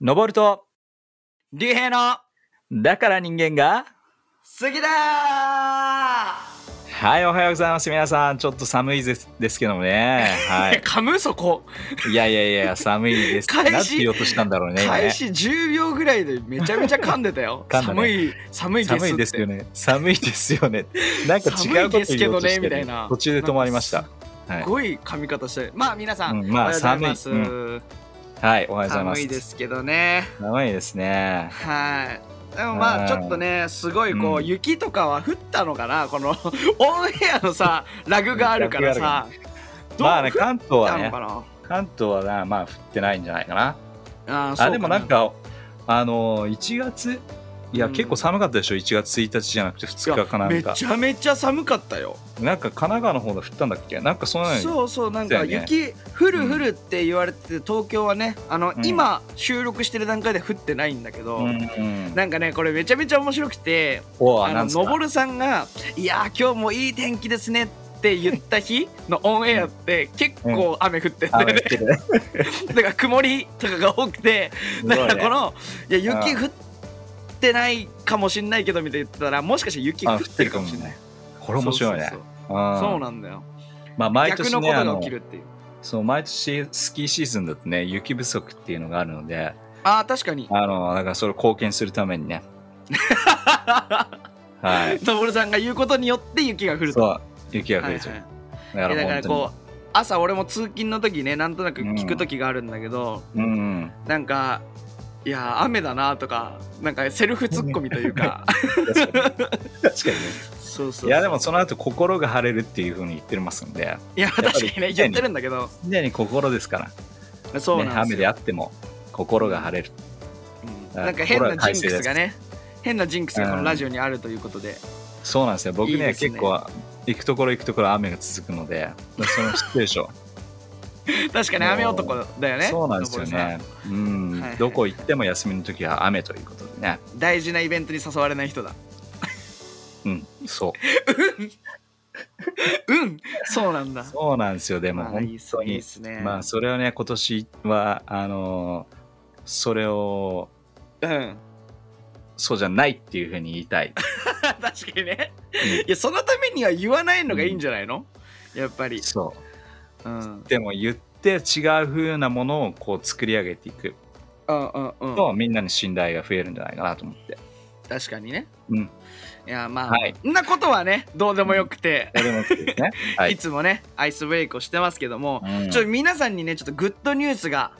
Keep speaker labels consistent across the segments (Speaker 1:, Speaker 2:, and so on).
Speaker 1: のぼると、
Speaker 2: 竜兵の
Speaker 1: だから人間が、
Speaker 2: 好きだ
Speaker 1: はい、おはようございます。皆さん、ちょっと寒いですですけどもね。は
Speaker 2: ー
Speaker 1: い。
Speaker 2: 噛むそこ
Speaker 1: いやいやいや、寒いです。
Speaker 2: 開始
Speaker 1: なんて言おうとしたんだろうね。今ね
Speaker 2: 開始10秒ぐらいでめちゃめちゃ噛んでたよ
Speaker 1: 噛んだ
Speaker 2: 寒い
Speaker 1: ね
Speaker 2: 寒いゲス
Speaker 1: 寒いですよ
Speaker 2: ね
Speaker 1: ね。寒いですよね。なんか違うこと言おうとして
Speaker 2: 寒いですけどねみたいな
Speaker 1: 途中で止まりました。は
Speaker 2: す
Speaker 1: い。
Speaker 2: ごい噛み方してまあ皆さん、
Speaker 1: うんまあ
Speaker 2: おはようございます、
Speaker 1: 寒いはい、おはようございます。
Speaker 2: 寒いですけどね
Speaker 1: 寒いですね。
Speaker 2: はいでもま
Speaker 1: あ
Speaker 2: あ
Speaker 1: ー
Speaker 2: ちょっとねすごいこう、
Speaker 1: うん
Speaker 2: 雪とかは降ったのかなこのオンエアのさラグがあるからさどう
Speaker 1: まあね、関東
Speaker 2: 降っ
Speaker 1: は
Speaker 2: たの
Speaker 1: ね
Speaker 2: か、な
Speaker 1: 関東はな、まあ降ってないんじゃないかな。
Speaker 2: あーそう
Speaker 1: あでもなんかあの1月いや、
Speaker 2: うん
Speaker 1: 結構寒かったでしょ1月1日じゃなくて2日かなん
Speaker 2: め
Speaker 1: か
Speaker 2: ちゃめちゃ寒かったよ
Speaker 1: なんか神奈川の方で降ったんだっけなんかそんなのに
Speaker 2: そうそうなん
Speaker 1: そ
Speaker 2: か
Speaker 1: うだよね
Speaker 2: 雪降る降るって言われてて東京はねあの、
Speaker 1: うん
Speaker 2: 今収録してる段階で降ってないんだけど、
Speaker 1: うんうん、
Speaker 2: なんかねこれめちゃめちゃ面白くて
Speaker 1: お
Speaker 2: あ
Speaker 1: あな
Speaker 2: の
Speaker 1: んす
Speaker 2: のぼ
Speaker 1: か
Speaker 2: るさんが「いやー今日もいい天気ですね」って言った日のオンエアって結構雨降ってんだ
Speaker 1: あ
Speaker 2: よ
Speaker 1: やっ
Speaker 2: ね、
Speaker 1: てるね
Speaker 2: だから曇りとかが多くて
Speaker 1: すご
Speaker 2: だ
Speaker 1: いね
Speaker 2: からこの「いや雪降ってないかもしんないけど」みたいな言ったらもしかして雪降
Speaker 1: あ
Speaker 2: ってるかもしんない
Speaker 1: これ面白いね
Speaker 2: そうそう
Speaker 1: そう
Speaker 2: そうんそうなんだよ
Speaker 1: まあ毎
Speaker 2: 逆
Speaker 1: 年
Speaker 2: のこ
Speaker 1: ねあ
Speaker 2: とが
Speaker 1: の
Speaker 2: 起きるっていう
Speaker 1: そう毎年スキーシーズンだとね雪不足っていうのがあるので
Speaker 2: あー確かに
Speaker 1: あのだからそれ貢献するため にねはい
Speaker 2: のぼるさんが言うことによって雪が降ると。
Speaker 1: そう雪が
Speaker 2: は
Speaker 1: 降
Speaker 2: い
Speaker 1: る
Speaker 2: はい
Speaker 1: じゃん、
Speaker 2: え
Speaker 1: だ
Speaker 2: だ
Speaker 1: か
Speaker 2: からら
Speaker 1: 本
Speaker 2: こう朝俺も通勤の時ねなんとなく聞く時があるんだけど、
Speaker 1: 当にうんうん
Speaker 2: なんか「いやー雨だな」とかなんかセルフツッコミというか
Speaker 1: 確 かに確かにね
Speaker 2: そうそう
Speaker 1: いやで もその後心が晴れるっていうふうに言ってますんで
Speaker 2: いや
Speaker 1: ぱり
Speaker 2: 確かにね言ってるんだけど
Speaker 1: 常に心ですから、
Speaker 2: そう
Speaker 1: ね、
Speaker 2: なんで
Speaker 1: 雨
Speaker 2: す
Speaker 1: であ
Speaker 2: よ、
Speaker 1: っても心が晴れる
Speaker 2: うん
Speaker 1: だから
Speaker 2: なんか変な
Speaker 1: 心は大
Speaker 2: ジン
Speaker 1: 切
Speaker 2: ク
Speaker 1: です
Speaker 2: スがね変なジンクスがこ
Speaker 1: う
Speaker 2: の
Speaker 1: ん
Speaker 2: ラジオにあるということで、
Speaker 1: そうなんですよ僕ね
Speaker 2: いいですね
Speaker 1: 結構行くところ行くところ雨が続くの でその知ってるでしょ、
Speaker 2: 確かに
Speaker 1: もう
Speaker 2: 雨男だよね
Speaker 1: そうなんですよ
Speaker 2: 登さ
Speaker 1: ねうん、
Speaker 2: はいはい
Speaker 1: どこ行っても休みの時は雨ということでね
Speaker 2: ん大事なイベントに誘われない人だ
Speaker 1: うんそう
Speaker 2: うんそうなんだ
Speaker 1: そうなんですよでも
Speaker 2: まあい
Speaker 1: 本
Speaker 2: いっす
Speaker 1: 当
Speaker 2: ねいい
Speaker 1: に
Speaker 2: っすね
Speaker 1: まあそれをね今年はあのーそれを
Speaker 2: うん
Speaker 1: そうじゃないっていうふうに言いたい
Speaker 2: 確かにねいやそのためには言わないのがいいんじゃないの、やっぱり、
Speaker 1: そう
Speaker 2: うん、うん
Speaker 1: でも言って違う風なものをこう作り上げていく
Speaker 2: うんうん
Speaker 1: と、みんなに信頼が増えるんじゃないかなと思って。
Speaker 2: 確かにね
Speaker 1: うん。
Speaker 2: いやまあ、
Speaker 1: はい
Speaker 2: んなことはねどうでもよくて、、
Speaker 1: やりますけどね。はい い。
Speaker 2: つもねアイスブレイクをしてますけども、
Speaker 1: うん
Speaker 2: ちょっと皆さんにねちょっとグッドニュースが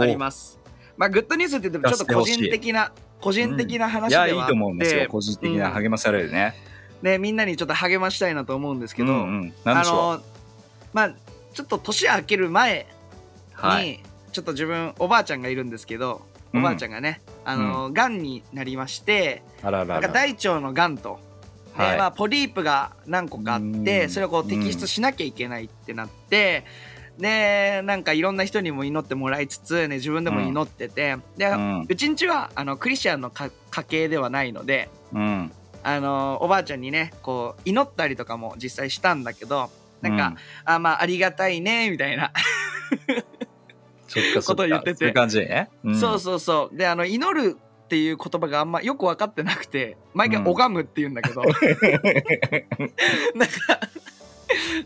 Speaker 2: ありますまあグッドニュースって言ってもちょっと個人的な個人的な
Speaker 1: お
Speaker 2: 話
Speaker 1: い
Speaker 2: ではあっ
Speaker 1: や、
Speaker 2: て、
Speaker 1: いいと思うんですよ。個人的な励まされるね。
Speaker 2: ねみんなにちょっと励ましたいなと思うんですけ
Speaker 1: う
Speaker 2: ど、
Speaker 1: んうん。なん
Speaker 2: あ
Speaker 1: でしょう。
Speaker 2: のまあちょっと年明ける前
Speaker 1: はい。
Speaker 2: にちょっと自分おばあちゃんがいるんですけど、
Speaker 1: うん
Speaker 2: おばあちゃんがねあの、がんになりまして
Speaker 1: あら
Speaker 2: な
Speaker 1: ら。
Speaker 2: んから大腸のがんと、で
Speaker 1: はい
Speaker 2: まあ、ポリープが何個かあって
Speaker 1: うん
Speaker 2: それをこう摘出しなきゃいけないってなって。でなんかいろんな人にも祈ってもらいつつ、ね、自分でも祈ってて、で、う
Speaker 1: うん
Speaker 2: ちんちはあのクリスチャンのか家系ではないので、
Speaker 1: うん。
Speaker 2: あのおばあちゃんにねこう祈ったりとかも実際したんだけど なんか、
Speaker 1: うん
Speaker 2: あまあありがたいねみたいな
Speaker 1: そっかそ
Speaker 2: こ
Speaker 1: っ
Speaker 2: とを言っ
Speaker 1: か
Speaker 2: て。て
Speaker 1: そういう感じね。ん
Speaker 2: そうそうそうであの祈るっていう言葉があんまよく分かってなくて毎回拝むって言うんだけ ど、なんか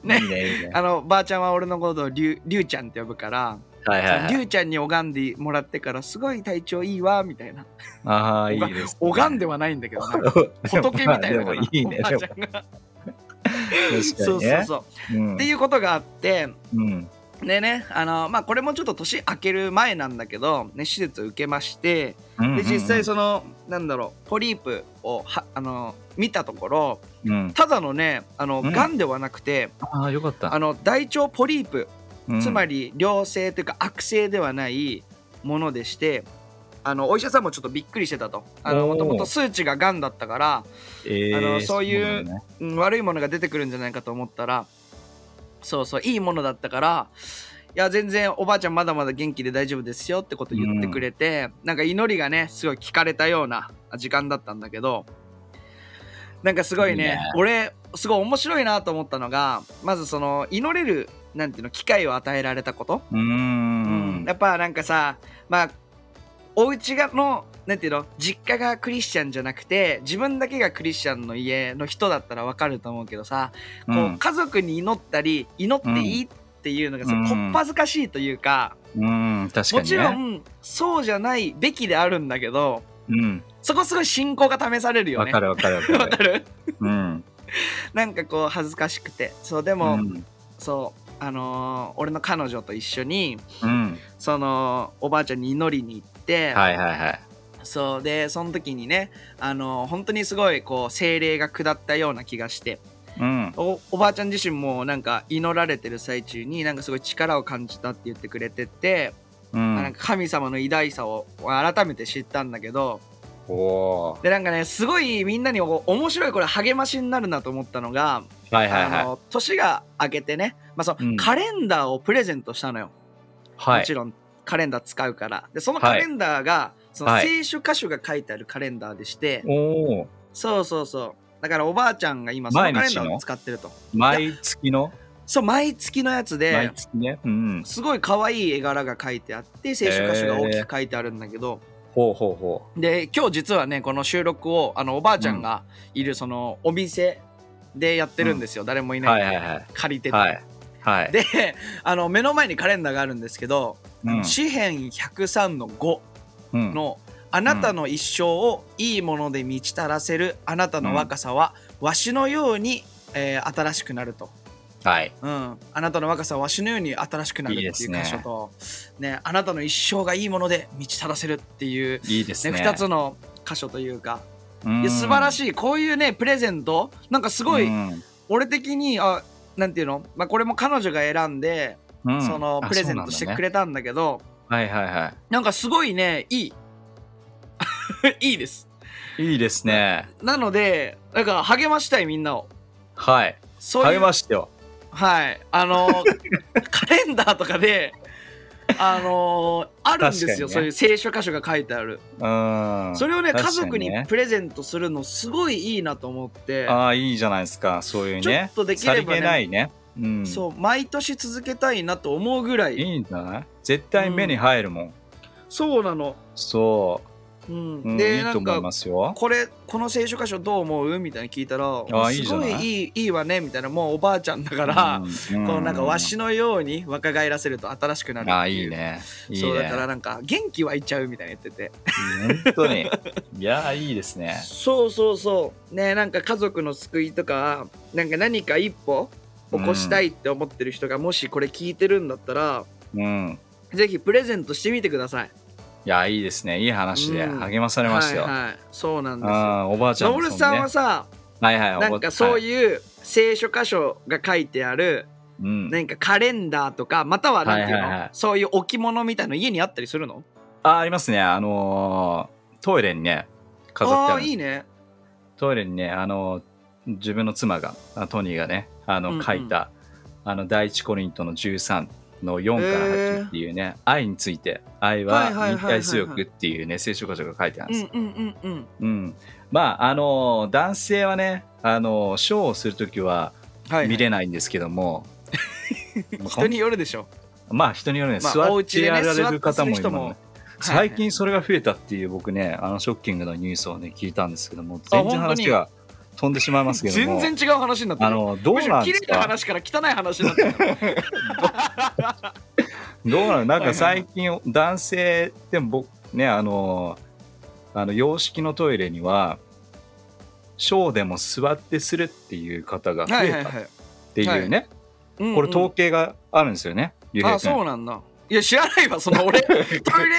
Speaker 2: ね
Speaker 1: いいね、いいね。
Speaker 2: あのばあちゃんは俺のことをりゅうりゅうちゃんって呼ぶから
Speaker 1: はいはいは
Speaker 2: りゅ
Speaker 1: い。
Speaker 2: うちゃんに拝んでもらってからすごい体調いいわみたいな
Speaker 1: ああ、いいですね。
Speaker 2: 拝 んではないんだけどなんか
Speaker 1: 仏
Speaker 2: 仏みたいな
Speaker 1: でも
Speaker 2: の
Speaker 1: いいね。
Speaker 2: おば
Speaker 1: で
Speaker 2: あ
Speaker 1: も
Speaker 2: ちゃんが
Speaker 1: 確かに
Speaker 2: そうそう
Speaker 1: ね。
Speaker 2: そう、
Speaker 1: うん
Speaker 2: っていうことがあって
Speaker 1: うん。
Speaker 2: でねあのまあこれもちょっと年明ける前なんだけど、ね、手術を受けまして、
Speaker 1: うん
Speaker 2: で実際そのなんだろうポリープをはあの見たところ
Speaker 1: うん。
Speaker 2: ただのねあの、
Speaker 1: うん
Speaker 2: がんではなくて
Speaker 1: ああ、よかった
Speaker 2: あ。の大腸ポリープ、つま
Speaker 1: り、
Speaker 2: り良性というか悪性ではないものでしてあのお医者さんもちょっとびっくりしてたと
Speaker 1: お
Speaker 2: も
Speaker 1: ー
Speaker 2: ともと数値ががんだったから、
Speaker 1: えー
Speaker 2: あのそうい
Speaker 1: な
Speaker 2: う
Speaker 1: のね
Speaker 2: うん悪いものが出てくるんじゃないかと思ったらそうそういいものだったからいや全然おばあちゃんまだまだ元気で大丈夫ですよってこと言ってくれて、なんか祈りがねすごい聞かれたような時間だったんだけどなんかすごいね
Speaker 1: いいね
Speaker 2: 俺すごい面白いなと思ったのがまずその祈れるなんていうの機会を与えられたこと、
Speaker 1: うーん。
Speaker 2: やっぱなんかさまあお家がのなんていうの実家がクリスチャンじゃなくて自分だけがクリスチャンの家の人だったらわかると思うけどさ、
Speaker 1: う
Speaker 2: こうん家族に祈ったり祈っていいっていうのがさ、
Speaker 1: うん
Speaker 2: こっぱずかしいというか、
Speaker 1: うん確かにね
Speaker 2: もちろんそうじゃないべきであるんだけど
Speaker 1: うん
Speaker 2: そこすごい信仰が試されるよ
Speaker 1: わ
Speaker 2: ね。
Speaker 1: かるわかるわかる
Speaker 2: わかる
Speaker 1: うん
Speaker 2: なんかこう恥ずかしくてそうで
Speaker 1: う
Speaker 2: も、
Speaker 1: ん
Speaker 2: そうあのー俺の彼女と一緒に
Speaker 1: うん
Speaker 2: そのおばあちゃんに祈りに行って、
Speaker 1: はいはいはい
Speaker 2: そうでその時にねあの本当にすごいこう精霊が下ったような気がして
Speaker 1: うん
Speaker 2: おおばあちゃん自身もなんか祈られてる最中になんかすごい力を感じたって言ってくれてて、
Speaker 1: う
Speaker 2: あなん
Speaker 1: ん
Speaker 2: か神様の偉大さを改めて知ったんだけど
Speaker 1: おお
Speaker 2: でなんかねすごいみんなにお面白いこれ励ましになるなと思ったのが、
Speaker 1: ーはいはい
Speaker 2: あ
Speaker 1: は
Speaker 2: の年が明けてね、まあその
Speaker 1: うん
Speaker 2: カレンダーをプレゼントしたのよ。
Speaker 1: いは
Speaker 2: も
Speaker 1: い
Speaker 2: ちろんカレンダー使うからでそのカレンダーが、その
Speaker 1: はい
Speaker 2: 聖書箇所が書いてあるカレンダーでして、
Speaker 1: おお
Speaker 2: そうそうそうだからおばあちゃんが今そのカレンダ
Speaker 1: 毎日
Speaker 2: ーを
Speaker 1: の
Speaker 2: 使ってると
Speaker 1: 毎月の
Speaker 2: そう毎月のやつで
Speaker 1: 毎月ねうん
Speaker 2: すごい可愛い絵柄が書いてあって聖書箇所が大きく書いてあるんだけど、
Speaker 1: ほうほうほ
Speaker 2: で今日実はねこの収録をあのおばあちゃんがいるそのお店でやってるんですよ、誰もいうない、
Speaker 1: はいはいはい
Speaker 2: 借りてて、
Speaker 1: はいはい
Speaker 2: であの目の前にカレンダーがあるんですけど、
Speaker 1: うん
Speaker 2: 紙幣103の5
Speaker 1: うん
Speaker 2: のあなたの一生をいいもので満ちたらせるあなたの若さは、わしのように、えー新しくなると、
Speaker 1: はい
Speaker 2: うん、あなたの若さはわしのように新しくなるってい
Speaker 1: いうい
Speaker 2: 箇
Speaker 1: ですね
Speaker 2: 所とねあなたの一生がいいもので満ちたらせるっていう、
Speaker 1: いいです
Speaker 2: ね
Speaker 1: ね
Speaker 2: 2つの箇所というか
Speaker 1: うん
Speaker 2: いや素晴らしいこういうねプレゼントなんかすごい
Speaker 1: うん
Speaker 2: 俺的にあなんていうの、まあ、これも彼女が選んで、
Speaker 1: うん
Speaker 2: その
Speaker 1: あ
Speaker 2: プレゼントして
Speaker 1: そうなんだね
Speaker 2: くれたんだけど
Speaker 1: はいはいは
Speaker 2: なんかすごいねい いいいです。
Speaker 1: い。いいですね。
Speaker 2: なので、なんか励ましたいみんなを。
Speaker 1: はい。
Speaker 2: そうい
Speaker 1: 励
Speaker 2: う、
Speaker 1: ましてよ。
Speaker 2: はい。あの、カレンダーとかで、あのあるんです
Speaker 1: 確
Speaker 2: よ、
Speaker 1: かにね
Speaker 2: そういう聖書箇所が書いてある。
Speaker 1: うん。
Speaker 2: それをね、家
Speaker 1: 確か
Speaker 2: 族に
Speaker 1: ね
Speaker 2: プレゼントするの、すごいいいなと思って、
Speaker 1: ああ、いいじゃないですか。そういう
Speaker 2: ちょ
Speaker 1: ね
Speaker 2: っ。とでき
Speaker 1: さ
Speaker 2: れ
Speaker 1: り
Speaker 2: ば
Speaker 1: げ
Speaker 2: ね、
Speaker 1: ないね。うん。
Speaker 2: そう、毎年続けたいなと思うぐら
Speaker 1: い
Speaker 2: い。
Speaker 1: いんじゃない絶対目に入るもん。
Speaker 2: そうなの。
Speaker 1: そう。
Speaker 2: うん。
Speaker 1: うんい
Speaker 2: で、
Speaker 1: い
Speaker 2: な
Speaker 1: と
Speaker 2: ん
Speaker 1: 思い
Speaker 2: か、
Speaker 1: ますよ。
Speaker 2: これこの聖書箇所どう思うみたいに聞いたら
Speaker 1: あいい
Speaker 2: す
Speaker 1: じゃ
Speaker 2: ご
Speaker 1: ない
Speaker 2: いいいいいわねみたいなもうおばあちゃんだから、
Speaker 1: うん、
Speaker 2: このなんかわし
Speaker 1: の。
Speaker 2: のように若返らせると新しくなるっていう
Speaker 1: ああ、いいね。いい
Speaker 2: そうだ
Speaker 1: ね
Speaker 2: か。らなんか元気湧いちゃうみたいな言ってて
Speaker 1: 本当に。いやー、いいですね。
Speaker 2: そうそうそうねなんか家族の救いとかなんか何か一歩起こしたいって思ってる人がもしこれ聞いてるんだったら、
Speaker 1: うん。
Speaker 2: ぜひプレゼントしてみてください
Speaker 1: いやー、いいですね。いい話で
Speaker 2: うん
Speaker 1: 励まされましたよ。
Speaker 2: はいはい、そうなんですよ
Speaker 1: ああ、おばあちゃん
Speaker 2: の
Speaker 1: もそ
Speaker 2: ぼる
Speaker 1: うね
Speaker 2: さんはさ、
Speaker 1: はいはい、おば
Speaker 2: なんかそう
Speaker 1: は
Speaker 2: いう聖書箇所が書いてある、
Speaker 1: いうん
Speaker 2: なんかカレンダーとかまたはなんていう
Speaker 1: は
Speaker 2: の、
Speaker 1: いはいはい
Speaker 2: そういう置物みたいの家にあったりするの
Speaker 1: あ、ありますね。あのートイレにね、飾ってあ
Speaker 2: あ
Speaker 1: る
Speaker 2: ーいいね
Speaker 1: トイレにね、あのー自分の妻が、あトニーがね、あ
Speaker 2: うんうん
Speaker 1: の、書いた、あの、第一コリントの13の4から8っていうね、愛について、愛
Speaker 2: はい
Speaker 1: は
Speaker 2: はいはいは
Speaker 1: 忍
Speaker 2: いはい
Speaker 1: 耐強くっていうね、聖書箇所が書いてあるん
Speaker 2: う
Speaker 1: で
Speaker 2: ん
Speaker 1: す。
Speaker 2: うんうんうん
Speaker 1: うん。まあ、あのー男性はね、あのーショーをするときは
Speaker 2: はいはい
Speaker 1: 見れないんですけど も、まあ
Speaker 2: 人によるでしょ
Speaker 1: まあ人によるね、
Speaker 2: まあお
Speaker 1: 座っ
Speaker 2: 家
Speaker 1: て
Speaker 2: でね
Speaker 1: やられる方もい
Speaker 2: 座ってする人
Speaker 1: る
Speaker 2: も
Speaker 1: もんね
Speaker 2: はいはい
Speaker 1: 最近それが増えたっていう僕ねあのショッキングなニュースをね聞いたんですけども
Speaker 2: あ
Speaker 1: 全然話が飛んでしまいますけど
Speaker 2: 全
Speaker 1: も
Speaker 2: 然違う話になってる
Speaker 1: あのどう
Speaker 2: むしろ
Speaker 1: なん
Speaker 2: 綺
Speaker 1: です
Speaker 2: 麗な
Speaker 1: か
Speaker 2: 話から汚い話になってる
Speaker 1: どうなのなん
Speaker 2: はいは
Speaker 1: か
Speaker 2: い
Speaker 1: 最近男性でも僕ねあのあの洋式のトイレにはショーでも座ってするっていう方が増
Speaker 2: はいは
Speaker 1: え
Speaker 2: い
Speaker 1: たっ
Speaker 2: はい
Speaker 1: ていうね
Speaker 2: うんうん
Speaker 1: これ統計があるんですよねゆうへい
Speaker 2: あ
Speaker 1: 君
Speaker 2: そうなんだいや知らないわそ の俺トイレ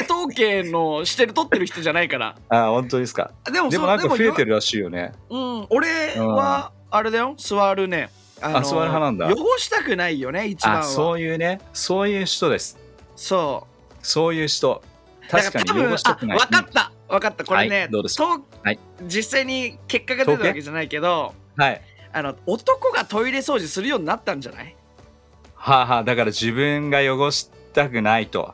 Speaker 2: 統計のしてる取ってる人じゃないから
Speaker 1: あ本当ですか
Speaker 2: でも
Speaker 1: でもなんか増えて
Speaker 2: る
Speaker 1: るらしいよね
Speaker 2: うん俺はあれだよ座るねあ
Speaker 1: あ座る派なんだ
Speaker 2: 汚したくないよね一番は
Speaker 1: あそういうねそういう人です
Speaker 2: そう
Speaker 1: そういう人確かに
Speaker 2: だら多分
Speaker 1: 汚したくない
Speaker 2: あ分かった分かったこれね、
Speaker 1: はいどうですか
Speaker 2: と
Speaker 1: はい
Speaker 2: 実際に結果が出たわけじゃないけど
Speaker 1: はい
Speaker 2: あの男がトイレ掃除するようになったんじゃない
Speaker 1: はあ、はあ、だから自分が汚したくないと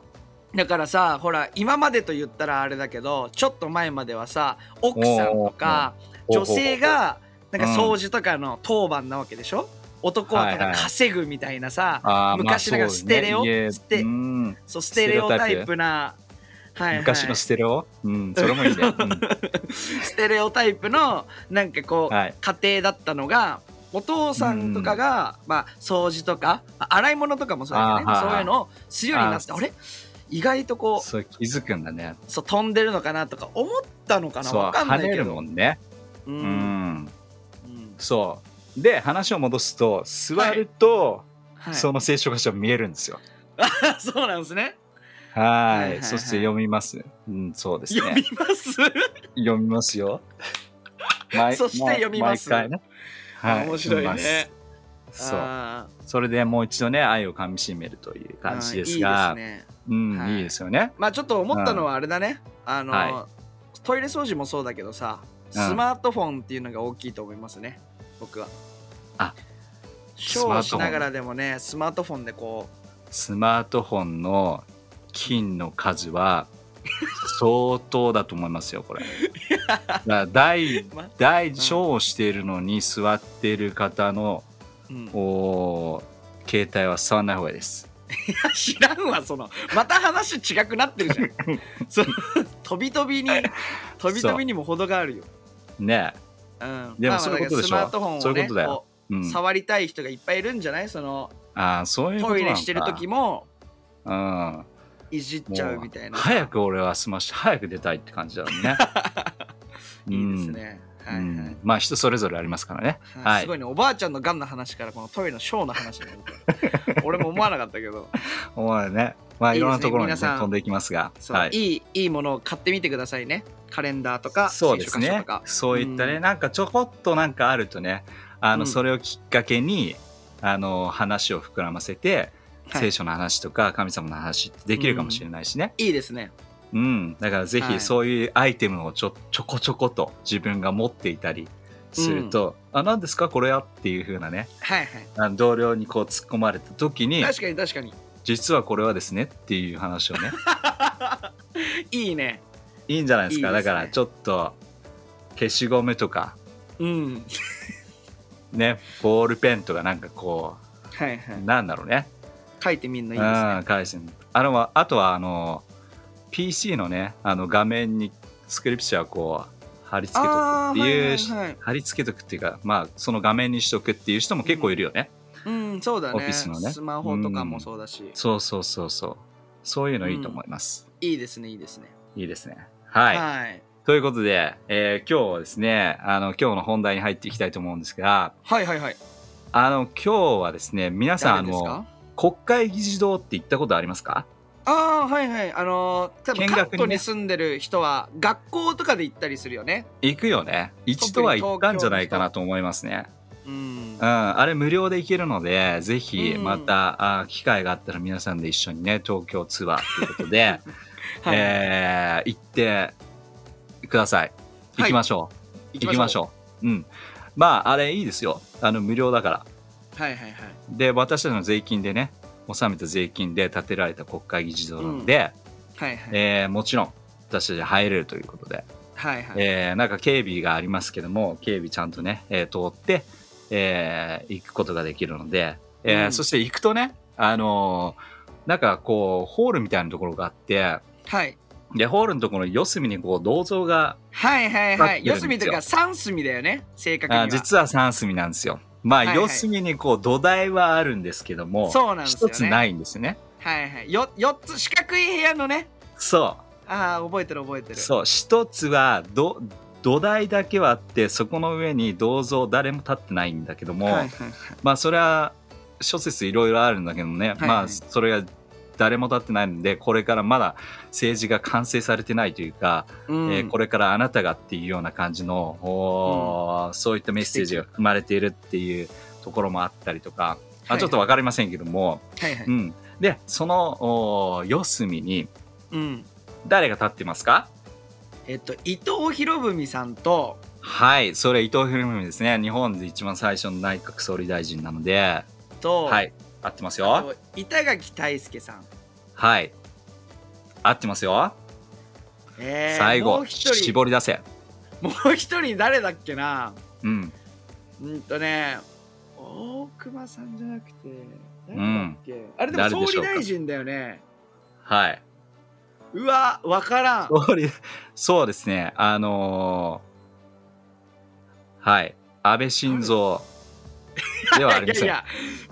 Speaker 2: だからさほら今までと言ったらあれだけどちょっと前まではさ奥さんとか女性がなんか掃除とかの当番なわけでしょ、男はただ稼ぐみたいなさ、
Speaker 1: あーまあ
Speaker 2: 昔なんか
Speaker 1: そう
Speaker 2: ステレオ
Speaker 1: ね家
Speaker 2: ステ
Speaker 1: うん
Speaker 2: そうステレオタイプなはいはい
Speaker 1: 昔のステレオ、うん、それもいい ね。
Speaker 2: ステレオタイプのなんかこ
Speaker 1: うん、
Speaker 2: う、
Speaker 1: はい。
Speaker 2: 家庭だったのがお父さんとかが、まあ、掃除とかまあ洗い物とかもそうだけどね
Speaker 1: あーはい
Speaker 2: そういうのをするようになって
Speaker 1: あー
Speaker 2: あれ意外とこ
Speaker 1: そう気づくんだね。
Speaker 2: うそう飛んでるのかなとか思ったのかな
Speaker 1: そう
Speaker 2: わかんな
Speaker 1: 跳
Speaker 2: い
Speaker 1: ね
Speaker 2: け
Speaker 1: る
Speaker 2: ど
Speaker 1: もんね。
Speaker 2: うん
Speaker 1: うん、
Speaker 2: うん
Speaker 1: そう。で話を戻すと座ると、
Speaker 2: はい、
Speaker 1: その聖書箇所見えるんですよ。
Speaker 2: あ そうなんですね
Speaker 1: は
Speaker 2: はい
Speaker 1: い
Speaker 2: はいはい
Speaker 1: そして読みます。うん、そうです
Speaker 2: 読
Speaker 1: ね
Speaker 2: み。ます、
Speaker 1: 読みますよ。 毎
Speaker 2: そして読みます
Speaker 1: 毎回ね。はい、
Speaker 2: 面白い
Speaker 1: 読み
Speaker 2: ね
Speaker 1: ます。そう。
Speaker 2: あー
Speaker 1: それでもう一度ね愛をかみしめるという感じです
Speaker 2: あ
Speaker 1: が
Speaker 2: ーいい、ですね
Speaker 1: うん、
Speaker 2: はい
Speaker 1: いいですよね。
Speaker 2: まあちょっと思ったのはあれだね、あの、
Speaker 1: は
Speaker 2: トイレ掃除もそうだけどさス
Speaker 1: うん
Speaker 2: マートフォンっていうのが大きいと思いますね僕は
Speaker 1: あ
Speaker 2: ショーをしながらでもねスマートフォンでこ
Speaker 1: スマートフォンの菌の数は相当だと思いますよこれ。だから大
Speaker 2: う、ま
Speaker 1: 大小をしているのに座っている方の
Speaker 2: うん、い
Speaker 1: お携帯は触らない方がいいです。
Speaker 2: や知らんわそのまた話違くなって るじゃんその飛び飛びに飛び飛びにも程があるよ、
Speaker 1: ね、
Speaker 2: うん、
Speaker 1: でも
Speaker 2: まあ
Speaker 1: そういうことでしょ
Speaker 2: まあだからスマートフォンを、ね、
Speaker 1: そういうことだよ
Speaker 2: こ
Speaker 1: う、
Speaker 2: うん触りたい人がいっぱいいるんじゃないその
Speaker 1: ああそういうこと
Speaker 2: ト
Speaker 1: な
Speaker 2: イ
Speaker 1: のか
Speaker 2: レしてる時も
Speaker 1: うん、も
Speaker 2: いじっ
Speaker 1: う
Speaker 2: ちゃうみたいな
Speaker 1: 早く俺は済まして早く出たいって感じだもんね。
Speaker 2: い いですね、
Speaker 1: うん。
Speaker 2: はいうはい、
Speaker 1: ん、まあ人それぞれありますからね。
Speaker 2: はい
Speaker 1: はい
Speaker 2: すごいねおばあちゃんのがんの話からこのトイレのショーの話になるとは俺も思わなかったけど
Speaker 1: 思われね。まあ
Speaker 2: いいですね
Speaker 1: いろんなところに、ね、
Speaker 2: 皆さん
Speaker 1: 飛んでいきますが。
Speaker 2: そう、い、いいいものを買ってみてくださいねカレンダーとか
Speaker 1: そうです
Speaker 2: 聖書箇所
Speaker 1: ね
Speaker 2: とか
Speaker 1: そういったね、
Speaker 2: うん
Speaker 1: なんかちょこっとなんかあるとねあの、
Speaker 2: うん
Speaker 1: それをきっかけにあの話を膨らませて、
Speaker 2: はい
Speaker 1: 聖書の話とか神様の話ってできるかもしれないしね、
Speaker 2: いいですね
Speaker 1: うんだからぜ
Speaker 2: はい
Speaker 1: ひそういうアイテムをちょちょこちょこと自分が持っていたりすると「あ何ですかこれは」っていう風なね
Speaker 2: はいは
Speaker 1: あの同僚にこう突っ込まれた時に
Speaker 2: い確かに確かに
Speaker 1: 「実はこれはですね」っていう話 をね
Speaker 2: いいね
Speaker 1: いいんじゃないですか
Speaker 2: いいですね
Speaker 1: だからちょっと消しゴムとか
Speaker 2: うん
Speaker 1: ねボールペンとかなんかこう
Speaker 2: はいはい
Speaker 1: なんだろうね。
Speaker 2: 書いてみんのいいですね
Speaker 1: うん、回線。あの、あとは、あの、PC のね、あの画面にスクリプチャーをこう、貼り付けとく
Speaker 2: あ
Speaker 1: っ
Speaker 2: ー
Speaker 1: ていう、
Speaker 2: はいはいはい
Speaker 1: 貼り付けとくっていうか、まあ、その画面にしとくっていう人も結構いるよね。
Speaker 2: うんそうだね
Speaker 1: オフィスのね
Speaker 2: スマホとかもそうだし、
Speaker 1: そうそうそうそう。そういうのいいと思います。
Speaker 2: いいですねいいですね
Speaker 1: いいですね。はい。
Speaker 2: はい
Speaker 1: ということで、えー今日はですね、あの、今日の本題に入っていきたいと思うんですが、
Speaker 2: はいはいはい
Speaker 1: あの、今日はですね、皆さん、あ
Speaker 2: 誰です
Speaker 1: の、
Speaker 2: か
Speaker 1: 国会議事堂って行ったことありますか
Speaker 2: ああーはいはいあのー多分
Speaker 1: 見
Speaker 2: カ
Speaker 1: 学にね
Speaker 2: ットに住んでる人は学校とかで行ったりするよね
Speaker 1: 行くよね一度は行ったんじゃないかなと思いますね
Speaker 2: うん
Speaker 1: うんあれ無料で行けるのでぜひ
Speaker 2: うん
Speaker 1: また、あ機会があったら皆さんで一緒にね東京ツアーということ で、
Speaker 2: はい
Speaker 1: えー行ってください
Speaker 2: はい
Speaker 1: 行きましょう、行きましょううんまああれいいですよあの無料だから
Speaker 2: う。はいはいはい。
Speaker 1: で私たちの税金でね納めた税金で建てられた国会議事堂なので、
Speaker 2: はいはい。
Speaker 1: えーもちろん私たち入れるということで
Speaker 2: はいはい。
Speaker 1: えーなんか警備がありますけども警備ちゃんとね、えー通って、えー行くことができるので、えー
Speaker 2: うん
Speaker 1: そして行くとねあのーなんかこうホールみたいなところがあって
Speaker 2: はい。
Speaker 1: でホールのところの四隅にこう銅像が
Speaker 2: はいはいは
Speaker 1: 待っ
Speaker 2: い。
Speaker 1: てるんですよ
Speaker 2: 四隅というか三隅だよね。正確には。
Speaker 1: あ実は三隅なんですよ。まあ、
Speaker 2: いはい
Speaker 1: 四隅にこう土台はあるんですけども
Speaker 2: そうなんですよ
Speaker 1: 一
Speaker 2: ね
Speaker 1: つないんですね。
Speaker 2: はいはい。よ四つ四角い部屋のね。
Speaker 1: そ
Speaker 2: ああ覚えてる覚えて
Speaker 1: う
Speaker 2: る。
Speaker 1: そう一つはど土台だけはあってそこの上に銅像誰も立ってないんだけども、
Speaker 2: はいはい
Speaker 1: まあそれは諸説いろいろあるんだけどね、
Speaker 2: はい
Speaker 1: まあそれが誰も立ってないのでこれからまだ政治が完成されてないというか、
Speaker 2: うん
Speaker 1: えーこれからあなたがっていうような感じの、おーそういったメッセージが生まれているっていうところもあったりとか、
Speaker 2: はい
Speaker 1: あちょっと分かりませんけども、
Speaker 2: はいはい。
Speaker 1: うん、でそのおー四隅に
Speaker 2: うん。
Speaker 1: 誰が立ってますか
Speaker 2: えっと伊藤博文さんと
Speaker 1: はいそれ伊藤博文ですね日本で一番最初の内閣総理大臣なので
Speaker 2: と、
Speaker 1: はい合ってますよ。
Speaker 2: あと板垣大輔さん。
Speaker 1: はい。合ってますよ。
Speaker 2: えー
Speaker 1: 最
Speaker 2: も
Speaker 1: 後、
Speaker 2: う一人
Speaker 1: 絞り出せ。
Speaker 2: もう一人誰だっけな。
Speaker 1: うん。
Speaker 2: うんとね大熊さんじゃなくて誰だっけ。あれでも
Speaker 1: 誰で
Speaker 2: 総
Speaker 1: しょ
Speaker 2: 理
Speaker 1: うか
Speaker 2: 大臣だよね。
Speaker 1: はい。
Speaker 2: うわ分からん
Speaker 1: そうりそうですね、あのーはい、安倍晋三ではありません。
Speaker 2: いや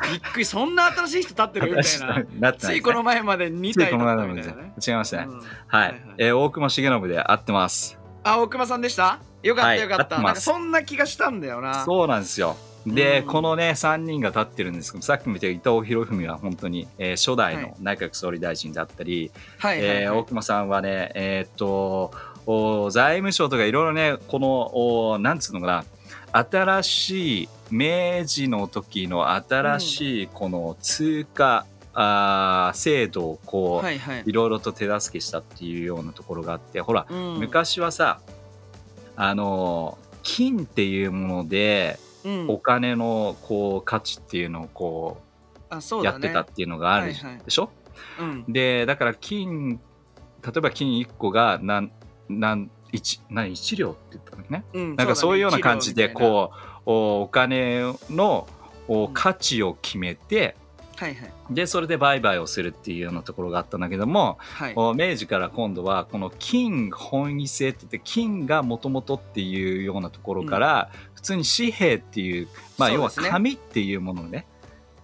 Speaker 2: いやびっくりそんな新しい人立ってる みたいな
Speaker 1: なってな
Speaker 2: つ
Speaker 1: い
Speaker 2: いこの前まで2体だ
Speaker 1: 前
Speaker 2: った
Speaker 1: の
Speaker 2: み
Speaker 1: で
Speaker 2: た
Speaker 1: す
Speaker 2: いな
Speaker 1: ね
Speaker 2: ね。
Speaker 1: 違いますね。
Speaker 2: うん
Speaker 1: はい、
Speaker 2: はいはい
Speaker 1: えー大隈重信で合ってます。
Speaker 2: あ大熊さんでしたよかっ
Speaker 1: は
Speaker 2: た
Speaker 1: い
Speaker 2: よかっ
Speaker 1: 合って
Speaker 2: た、
Speaker 1: ます
Speaker 2: なんかそんな気がしたんだよな
Speaker 1: そうなんですよ。で、
Speaker 2: うん
Speaker 1: このね、3人が立ってるんですけど、さっきも言った伊藤博文は本当に、えー初代
Speaker 2: はい
Speaker 1: の内閣総理大臣だったり、
Speaker 2: はいはいはい、
Speaker 1: えー大隈さんはね、えーっと、お財務省とかいろいろね、この、おなんつうのかな、新しい、明治の時の新しいこの通貨、あー制度をこう、
Speaker 2: はいはい
Speaker 1: いろいろと手助けしたっていうようなところがあってほら、
Speaker 2: うん
Speaker 1: 昔はさあの金っていうもので
Speaker 2: うん
Speaker 1: お金のこう価値っていうのをこ
Speaker 2: あそうう
Speaker 1: や
Speaker 2: だ
Speaker 1: っ
Speaker 2: ね
Speaker 1: てたっていうのがある
Speaker 2: はいはい
Speaker 1: でしょ、
Speaker 2: うん
Speaker 1: でだから金例えば金1個が何何一何一両って言ったのね
Speaker 2: うん
Speaker 1: なんかそういうような感じで
Speaker 2: う
Speaker 1: こうおお金のお
Speaker 2: うん
Speaker 1: 価値を決めて、
Speaker 2: だね一郎みたいなはい
Speaker 1: でそれで売買をするっていうようなところがあったんだけども、
Speaker 2: はいはい
Speaker 1: こう明治から今度はこの金本位制って言って金がもともとっていうようなところから普通に紙幣っていう、まあ、
Speaker 2: そう
Speaker 1: 要
Speaker 2: で
Speaker 1: は
Speaker 2: すね
Speaker 1: 紙っていうものね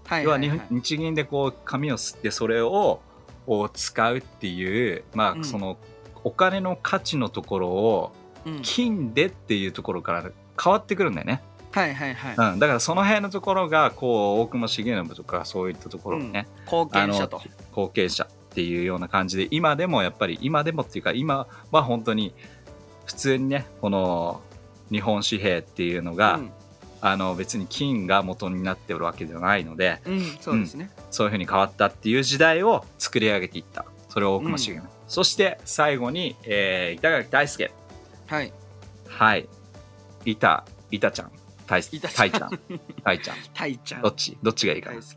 Speaker 2: はい
Speaker 1: 要は
Speaker 2: はい
Speaker 1: 日
Speaker 2: はい
Speaker 1: 日銀でこう紙を吸ってそれをを使うっていう、ま
Speaker 2: う
Speaker 1: あ、
Speaker 2: ん
Speaker 1: そのお金の価値のところを
Speaker 2: うん
Speaker 1: 金でっていうところから変わってくるんだよね、
Speaker 2: はいはいはい
Speaker 1: うん、だからその辺のところがこう大隈重信とかそういったところをね、
Speaker 2: うん貢献者と
Speaker 1: 後継者っていうような感じで今でもやっぱり今でもっていうか今は本当に普通にねこの日本紙幣っていうのが、
Speaker 2: うん
Speaker 1: あの別に金が元になっておるわけじゃないので
Speaker 2: うんそうですね
Speaker 1: そういうふうに変わったっていう時代を作り上げていったそれを大隈重信、
Speaker 2: う
Speaker 1: そして最後に、えー板垣大輔
Speaker 2: はい
Speaker 1: はい板板ちゃん大
Speaker 2: 板
Speaker 1: 大ちゃん大ちゃん
Speaker 2: たいちゃん
Speaker 1: どっちどっちがいいかな
Speaker 2: 大輔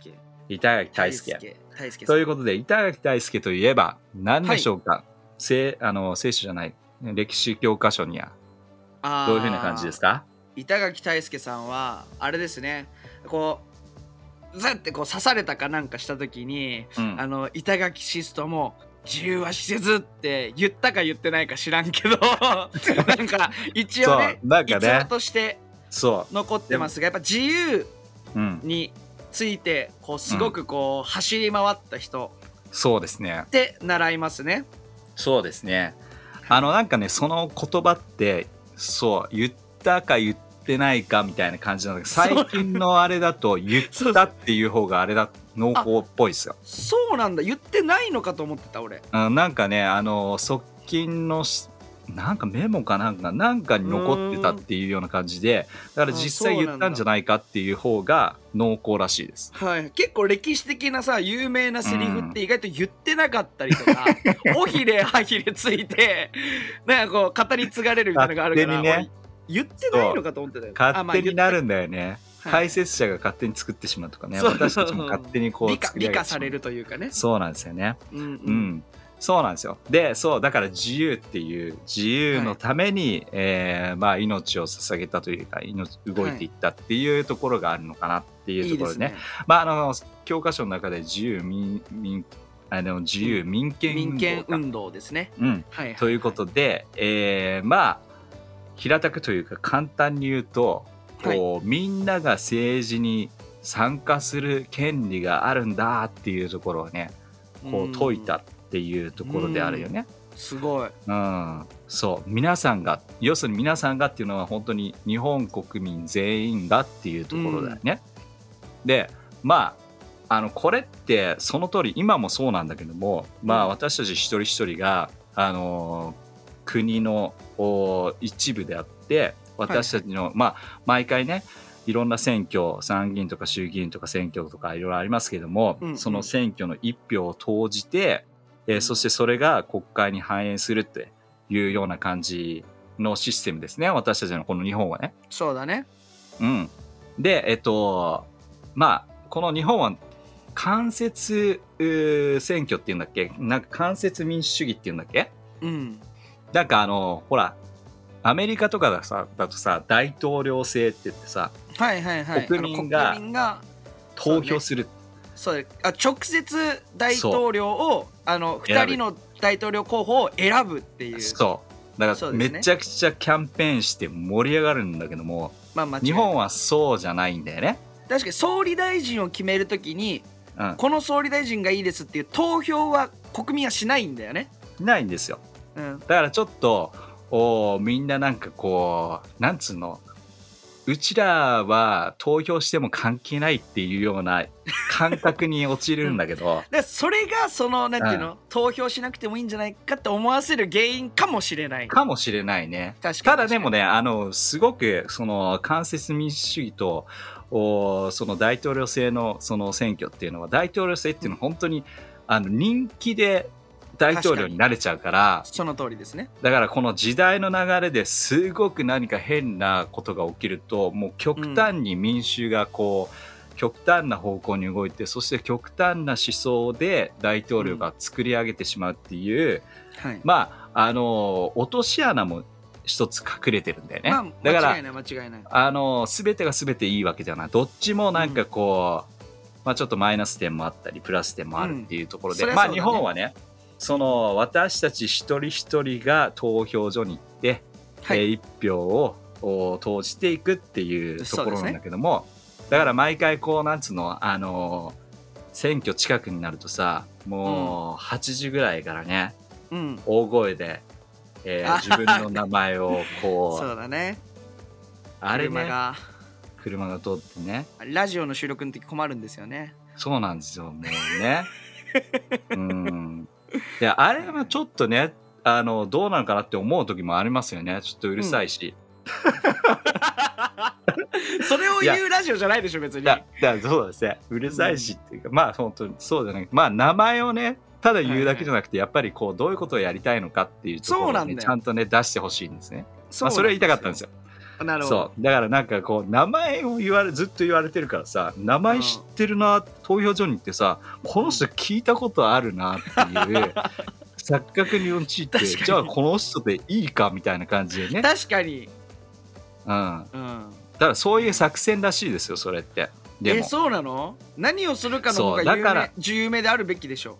Speaker 1: 板垣大輔
Speaker 2: 大輔
Speaker 1: という
Speaker 2: こ
Speaker 1: ことで板垣大輔といえば何でしょうか、聖あの聖書じゃない歴史教科書にはど
Speaker 2: と
Speaker 1: ういうふうな感じですか
Speaker 2: 板垣大輔さんはあれですねこうザってこう刺されたかなんかした時に、
Speaker 1: うん
Speaker 2: あの板垣シストも「自由はせず」って言ったか言ってないか知らんけ どなんか一
Speaker 1: そう
Speaker 2: 応ね
Speaker 1: なん
Speaker 2: 一
Speaker 1: か
Speaker 2: 応
Speaker 1: ね
Speaker 2: として
Speaker 1: そ
Speaker 2: 残ってますがやっぱ自由
Speaker 1: う、うん、
Speaker 2: についてこうすごくこう、走り回った人
Speaker 1: そうですね
Speaker 2: って習いますね。
Speaker 1: そうですねあのなんかねその言葉ってそう言ったか言ってないかみたいな感じなんだけど最近のあれだと言ったっていう方があれだ濃厚っぽいですよ、
Speaker 2: そうなんだ言ってないのかと思ってた俺。
Speaker 1: うん、なんかねあの側近のしなんかメモかなんかなんかに残ってたっていうような感じでだから実際
Speaker 2: あそうな
Speaker 1: 言っ
Speaker 2: んだ
Speaker 1: たんじゃないかっていう方が濃厚らしいです
Speaker 2: はい、結構歴史的なさ有名なセリフって意外と言ってなかったり とか、おひれはひれついてなんかこう語り継がれるみたいなのがあるから、
Speaker 1: 勝手にね
Speaker 2: 俺言ってないのかと思ってたよあまあ
Speaker 1: 勝手になるんだよね、
Speaker 2: 言っ
Speaker 1: 解説者が勝手に作ってしまうとかね
Speaker 2: そう
Speaker 1: 私たちも勝手にこ
Speaker 2: はい、
Speaker 1: う
Speaker 2: 理解
Speaker 1: 作り
Speaker 2: 理
Speaker 1: 上げてし
Speaker 2: 解
Speaker 1: ま
Speaker 2: さ
Speaker 1: う
Speaker 2: れるというかね
Speaker 1: そうなんですよね
Speaker 2: うんうん
Speaker 1: うん、そうなんですよでそうだから自由っていう自由のために、えーまあ、命を捧げたというか命動いていったっていうところがあるのかなっていう
Speaker 2: い
Speaker 1: とこ
Speaker 2: いで
Speaker 1: ろですね
Speaker 2: ね
Speaker 1: まあ、あの教科書の中で自由民民あの自由民権運動
Speaker 2: 民権
Speaker 1: か
Speaker 2: 運動ですね、
Speaker 1: うん、
Speaker 2: はいはい
Speaker 1: ということで、えーまあ平たくというか簡単に言うとこう、みんなが政治に参加する権利があるんだっていうところをねこう解いたっていうところであるよね。
Speaker 2: すごい
Speaker 1: うん、そう皆さんが要するに皆さんがっていうのは本当に日本国民全員がっていうところだよね。でまああのこれってその通り今もそうなんだけども、まあ、
Speaker 2: うん
Speaker 1: 私たち一人一人が、あのー国のお一部であって私たちの、まあ毎回ねいろんな選挙参議院とか衆議院とか選挙とかいろいろありますけども、
Speaker 2: うんうん
Speaker 1: その選挙の一票を投じて、えー
Speaker 2: うん
Speaker 1: そしてそれが国会に反映するっていうような感じのシステムですね私たちのこの日本はね。
Speaker 2: そうだね
Speaker 1: うん、でえっとまあこの日本は間接うー選挙っていうんだっけなんか間接民主主義っていうんだっけ
Speaker 2: うん
Speaker 1: なんかあのほらアメリカとかださだとさ大統領制って言ってさ
Speaker 2: はいはいはい
Speaker 1: 国民が
Speaker 2: あの国民が
Speaker 1: 投票する、
Speaker 2: そうだあ直接大統領をあの
Speaker 1: 選ぶ
Speaker 2: 2人の大統領候補を選ぶっていう
Speaker 1: そうだか
Speaker 2: そ
Speaker 1: ら
Speaker 2: うですね
Speaker 1: めちゃくちゃキャンペーンして盛り上がるんだけども
Speaker 2: まあ間違いな
Speaker 1: 日
Speaker 2: い
Speaker 1: 本はそうじゃないんだよね、
Speaker 2: 確かに総理大臣を決めるときに
Speaker 1: うん、
Speaker 2: この総理大臣がいいですっていう投票は国民はしないんだよね。
Speaker 1: ないんですよ
Speaker 2: うん、
Speaker 1: だからちょっとおーみんななんかこうなんつうのうちらは投票しても関係ないっていうような感覚に陥るんだけ ど、
Speaker 2: でそれがそのなんていうの、投票しなくてもいいんじゃないかって思わせる原因かもしれない。
Speaker 1: かもしれないね
Speaker 2: 確か
Speaker 1: た
Speaker 2: に
Speaker 1: だでもねあのすごくその間接民主主義とおその大統領制のその選挙っていうのは大統領制っていうのは本当にあの人気で大統領になれちゃうから
Speaker 2: その通りですね。
Speaker 1: だからこの時代の流れですごく何か変なことが起きるともう極端に民衆がこう、極端な方向に動いてそして極端な思想で大統領が作り上げてしまうっていう、
Speaker 2: はい。
Speaker 1: まああの落とし穴も一つ隠れてるんだよね、
Speaker 2: まあ
Speaker 1: だか
Speaker 2: 間違い
Speaker 1: ら
Speaker 2: ない間違いない。
Speaker 1: あの全てが全ていいわけじゃないどっちもなんかこう、まあ、ちょっとマイナス点もあったりプラス点もあるっていうところで、
Speaker 2: うんそりゃ
Speaker 1: まあ
Speaker 2: そうだ
Speaker 1: 日
Speaker 2: ね
Speaker 1: 本はねその私たち一人一人が投票所に行って、
Speaker 2: は
Speaker 1: えー
Speaker 2: い。
Speaker 1: 一票をお投じていくっていうところなんだけども、だから毎回こうなんつうのあの選挙近くになるとさもう8時ぐらいからね、
Speaker 2: うん。
Speaker 1: 大声で、え ー自分の名前をこ
Speaker 2: そううだね。
Speaker 1: あれね
Speaker 2: 車
Speaker 1: 車が
Speaker 2: が
Speaker 1: 通ってね
Speaker 2: ラジオの収録の時困るんですよね。
Speaker 1: そうなんですよもうねうんいやあれはちょっとねあのどうなのかなって思う時もありますよねちょっとうるさいし、
Speaker 2: それを言うラジオじゃないでしょ別に。
Speaker 1: だだからそうですねうるさいしっていうか、まあ本当にそうじゃないまあ名前をねただ言うだけじゃなくてやっぱりこうどういうことをやりたいのかっていうとこ
Speaker 2: そ
Speaker 1: ろ
Speaker 2: うな
Speaker 1: を、
Speaker 2: ん
Speaker 1: ね、
Speaker 2: だよ
Speaker 1: ちゃんとね出してほしいんですね
Speaker 2: そ
Speaker 1: まあ、それは言いたかったんです
Speaker 2: よ。
Speaker 1: よ
Speaker 2: なるほど。
Speaker 1: そうだからなんかこう名前を言われずっと言われてるからさ名前知ってるな、投票所に行ってさこの人聞いたことあるな っていう錯覚に陥って
Speaker 2: 確かに
Speaker 1: じゃあこの人でいいかみたいな感じでね、うん、
Speaker 2: 確かに。
Speaker 1: だか
Speaker 2: うん。
Speaker 1: らそういう作戦らしいですよそれってで
Speaker 2: え
Speaker 1: も
Speaker 2: そうなの何をするかの方
Speaker 1: そう
Speaker 2: が
Speaker 1: だ
Speaker 2: 有
Speaker 1: から
Speaker 2: 名有名であるべきでしょ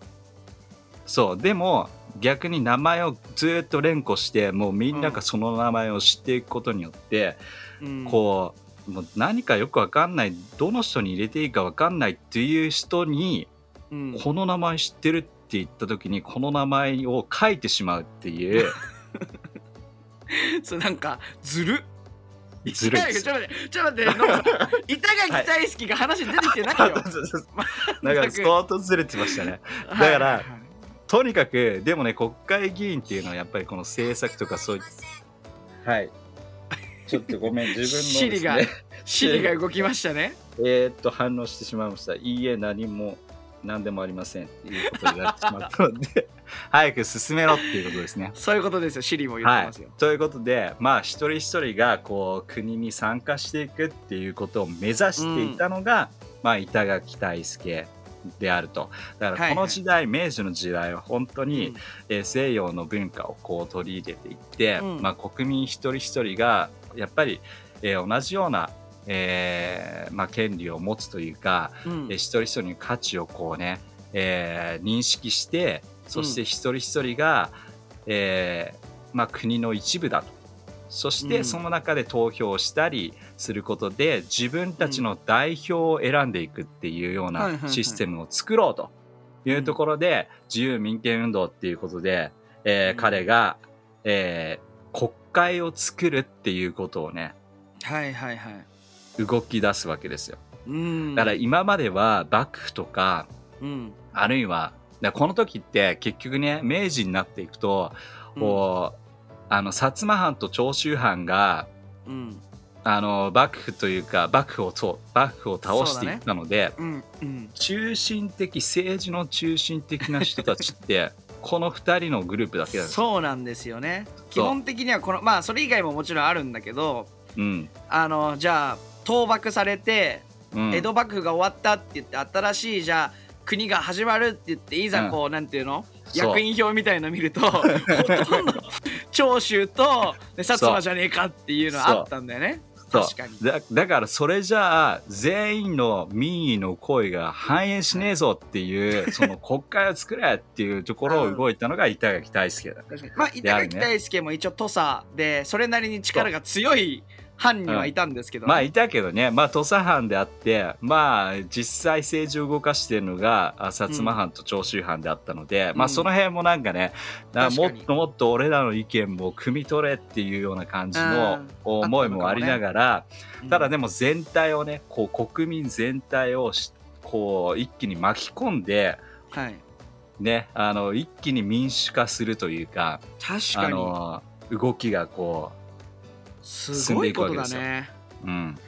Speaker 1: そうでも逆に名前をずっと連呼してもうみんながその名前を知っていくことによって、
Speaker 2: う、うん、
Speaker 1: こうもう何かよくわかんないどの人に入れていいかわかんないっていう人に
Speaker 2: う、ん、
Speaker 1: この名前知ってるって言った時にこの名前を書いてしまうっていう
Speaker 2: そうなんかずる
Speaker 1: ず るいで
Speaker 2: いや
Speaker 1: す
Speaker 2: ちょっと待ってちょっと待ってノブ さん板垣大輔が話に出てきてないよ、
Speaker 1: だから相当ずれてましたね
Speaker 2: だ
Speaker 1: だからとにかくでもね国会議員っていうのはやっぱりこの政策とかそういったはいちょっとごめん自分の です、ね、
Speaker 2: シリがシリが動きましたね
Speaker 1: えーっと反応してしまいました。いいえ、何も何でもありませんっていうことになってしまったので、 早く進めろっていうことですね。
Speaker 2: そういうことですよシリも言って
Speaker 1: は
Speaker 2: ますよ、
Speaker 1: い、ということで、まあ、一人一人がこう国に参加していくっていうことを目指していたのが、まあ、板垣大輔であるとだか
Speaker 2: は
Speaker 1: ら
Speaker 2: い
Speaker 1: この
Speaker 2: はい
Speaker 1: 時代、明治の時代は本当に、
Speaker 2: うん
Speaker 1: えー西洋の文化をこう取り入れていって、
Speaker 2: うん
Speaker 1: まあ、国民一人一人がやっぱり、えー同じような、えーまあ、権利を持つというか、
Speaker 2: うん
Speaker 1: で一人一人の価値をこうね、えー認識してそして一人一人が、えーまあ、国の一部だとそし
Speaker 2: う
Speaker 1: て
Speaker 2: ん
Speaker 1: その中で投票したりすることで、自分たちの代表を選んでいくっていうよう
Speaker 2: はいはいは
Speaker 1: ないシステムを作ろうというところで、自由民権運動っていうことで、えー
Speaker 2: うん
Speaker 1: 彼が、えー国会を作るっていうことをね
Speaker 2: はいはいはい
Speaker 1: 動き出すわけですよ。
Speaker 2: うん
Speaker 1: だから今までは幕府とか
Speaker 2: うん
Speaker 1: あるいは、だこの時って結局ね、明治になっていくと、こう、あの、薩摩藩と長州藩が、
Speaker 2: うん
Speaker 1: あの、幕府というか、幕府をそう、幕府を倒していったので、
Speaker 2: うんうん
Speaker 1: 中心的、政治の中心的な人たち って、この二人のグループだけなんですよ。
Speaker 2: そうなんですよね基本的にはこのまあそれ以外ももちろんあるんだけど
Speaker 1: うん。
Speaker 2: あのじゃあ倒幕されて
Speaker 1: うん、
Speaker 2: 江戸幕府が終わったって言って新しいじゃあ国が始まるって言っていざこう、なんていうの
Speaker 1: そう
Speaker 2: 役員票みたいの 見るとほとんど長州とで薩摩じゃねえかっていうのは
Speaker 1: そう
Speaker 2: あったんだよね
Speaker 1: そう
Speaker 2: 確かに
Speaker 1: だだからそれじゃあ全員の民意の声が反映しねえぞって いうその国会を作れっていうところを動いたのが板垣大輔だ。
Speaker 2: 確かにまあ板垣大輔も一応土佐でそれなりに力が強い藩にはいたんですけど、
Speaker 1: まあいたけどねまあ土佐藩であってまあ実際政治を動かしてるのがあ薩摩藩と長州藩であったので、
Speaker 2: うん
Speaker 1: まあその辺もなんかねな
Speaker 2: 確
Speaker 1: も
Speaker 2: か
Speaker 1: っ
Speaker 2: に
Speaker 1: ともっと俺らの意見も汲み取れっていうような感じの
Speaker 2: うん
Speaker 1: 思いもありながら、
Speaker 2: うん
Speaker 1: ただでも全体をねこう国民全体をしこう一気に巻き込んで、
Speaker 2: はい、
Speaker 1: ね、あの一気に民主化するというか
Speaker 2: 確
Speaker 1: あ
Speaker 2: かに
Speaker 1: の動きがこ
Speaker 2: すごいことだね
Speaker 1: う、うん、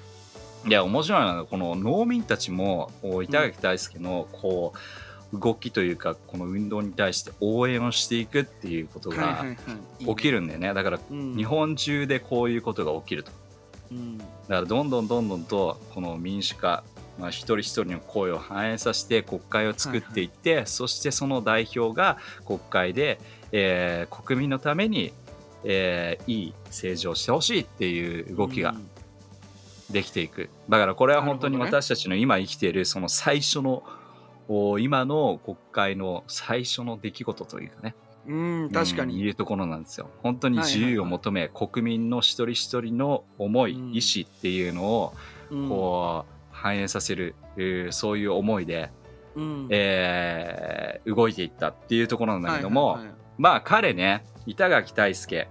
Speaker 1: いや面白いのはこの農民たちもこう板垣大輔のこう動きというかこの運動に対して応援をしていくっていうことが起きる
Speaker 2: る、
Speaker 1: んだよねだから
Speaker 2: うん
Speaker 1: 日、本中でこういうことが起きると。
Speaker 2: うん
Speaker 1: だからどんどんどんどんとこの民主化、まあ、一人一人の声を反映させて国会を作っていって、そしてその代表が国会で、えー国民のために、えーいい政治をしてほしいっていう動きが
Speaker 2: うん
Speaker 1: できていく、だからこれは本当に
Speaker 2: なるほど
Speaker 1: 私たちの今生きているその最初のお今の国会の最初の出来事というかね
Speaker 2: うん、確か
Speaker 1: うん
Speaker 2: に、
Speaker 1: いうところなんですよ本当に自由を求め、国民の一人一人の思い、
Speaker 2: うん
Speaker 1: 意思っていうのを
Speaker 2: うん
Speaker 1: こう反映させる、えーそういう思いで、
Speaker 2: うん
Speaker 1: えー動いていったっていうところなんだけども、
Speaker 2: はいはいはい
Speaker 1: まあ彼ね板垣大輔、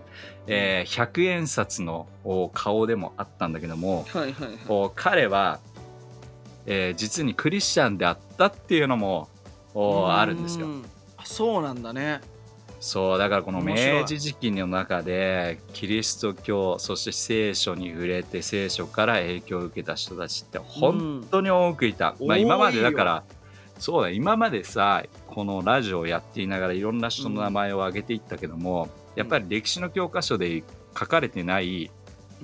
Speaker 1: えー100円札のお顔でもあったんだけども
Speaker 2: はいはいはい
Speaker 1: お彼は、えー実にクリスチャンであったっていうのもおあるんですよ
Speaker 2: う。あそうなんだね
Speaker 1: そうだからこの明
Speaker 2: 面白い
Speaker 1: 治時期の中でキリスト教そして聖書に触れて聖書から影響を受けた人たちって本本当に多くいた、ま
Speaker 2: 多
Speaker 1: あ、
Speaker 2: いよ
Speaker 1: 今までだからそうだ今までさこのラジオをやっていながらいろんな人の名前を挙げていったけども、やっぱり歴史の教科書で書かれてない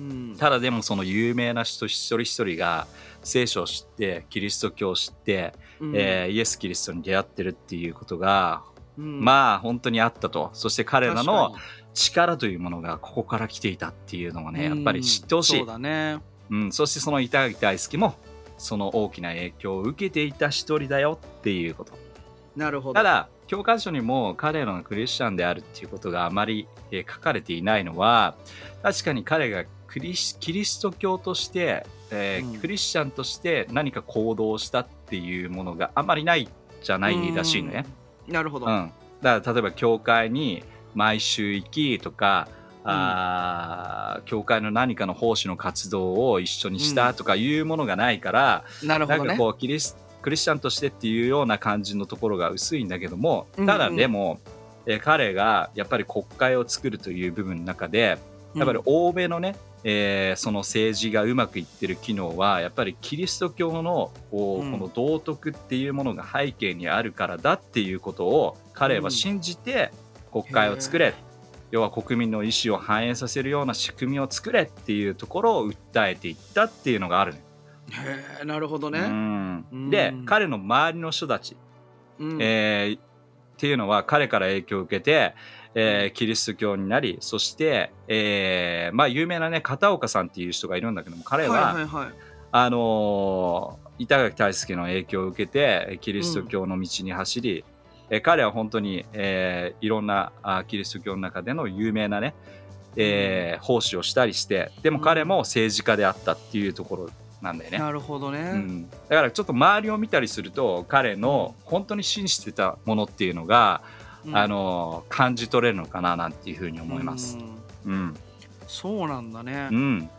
Speaker 2: うん、
Speaker 1: ただでもその有名な人一人一人が聖書を知ってキリスト教を知って、
Speaker 2: うん
Speaker 1: えーイエス・キリストに出会ってるっていうことが、
Speaker 2: うん
Speaker 1: まあ本当にあったとそして彼らの
Speaker 2: 確か
Speaker 1: 力というものがここから来ていたっていうのも
Speaker 2: に
Speaker 1: ねやっぱり知ってほしい
Speaker 2: うんそう。だね
Speaker 1: うん、そしてその板垣大輔もその大きな影響を受けていた一人だよっていうこと
Speaker 2: なるほど
Speaker 1: ただ教科書にも彼らのクリスチャンであるっていうことがあまり、えー書かれていないのは確かに彼がクリスキリスト教として、えー
Speaker 2: うん
Speaker 1: クリスチャンとして何か行動をしたっていうものがあまりないじゃないらしいのね。
Speaker 2: うんなるほど、
Speaker 1: うん、だから例えば教会に毎週行きとか、あー教会の何かの奉仕の活動を一緒にしたとかいうものがないから、
Speaker 2: なるほ
Speaker 1: なん
Speaker 2: ど
Speaker 1: か
Speaker 2: ね
Speaker 1: こうキリスクリスチャンとしてっていうような感じのところが薄いんだけども
Speaker 2: うんう
Speaker 1: た
Speaker 2: ん
Speaker 1: だでも、えー彼がやっぱり国会を作るという部分の中でやっぱり欧米のね、えーその政治がうまくいってる機能はやっぱりキリスト教のこう
Speaker 2: うん
Speaker 1: この道徳っていうものが背景にあるからだっていうことを彼は信じて国会を作れ、要は国民の意思を反映させるような仕組みを作れっていうところを訴えていったっていうのがあるのよ
Speaker 2: うんへえなるほど
Speaker 1: う
Speaker 2: ね、
Speaker 1: んで
Speaker 2: うん
Speaker 1: 彼の周りの人たち、
Speaker 2: うん
Speaker 1: えーっていうのは彼から影響を受けて、えーキリスト教になりそして、えーまあ、有名なね片岡さんっていう人がいるんだけども彼は、
Speaker 2: いはいはい
Speaker 1: あのー板垣大輔の影響を受けてキリスト教の道に走り、えー彼は本当に、えーいろんなあキリスト教の中での有名なね、えー奉仕をしたりしてでも彼も政治家であったっていうところなんだよね。
Speaker 2: なるほどね、
Speaker 1: うん、だからちょっと周りを見たりすると彼の本当に信じてたものっていうのが、
Speaker 2: うん
Speaker 1: あの感じ取れるのかななんていうふうに思います
Speaker 2: う。ん
Speaker 1: うん、
Speaker 2: そうなんだね、
Speaker 1: うん、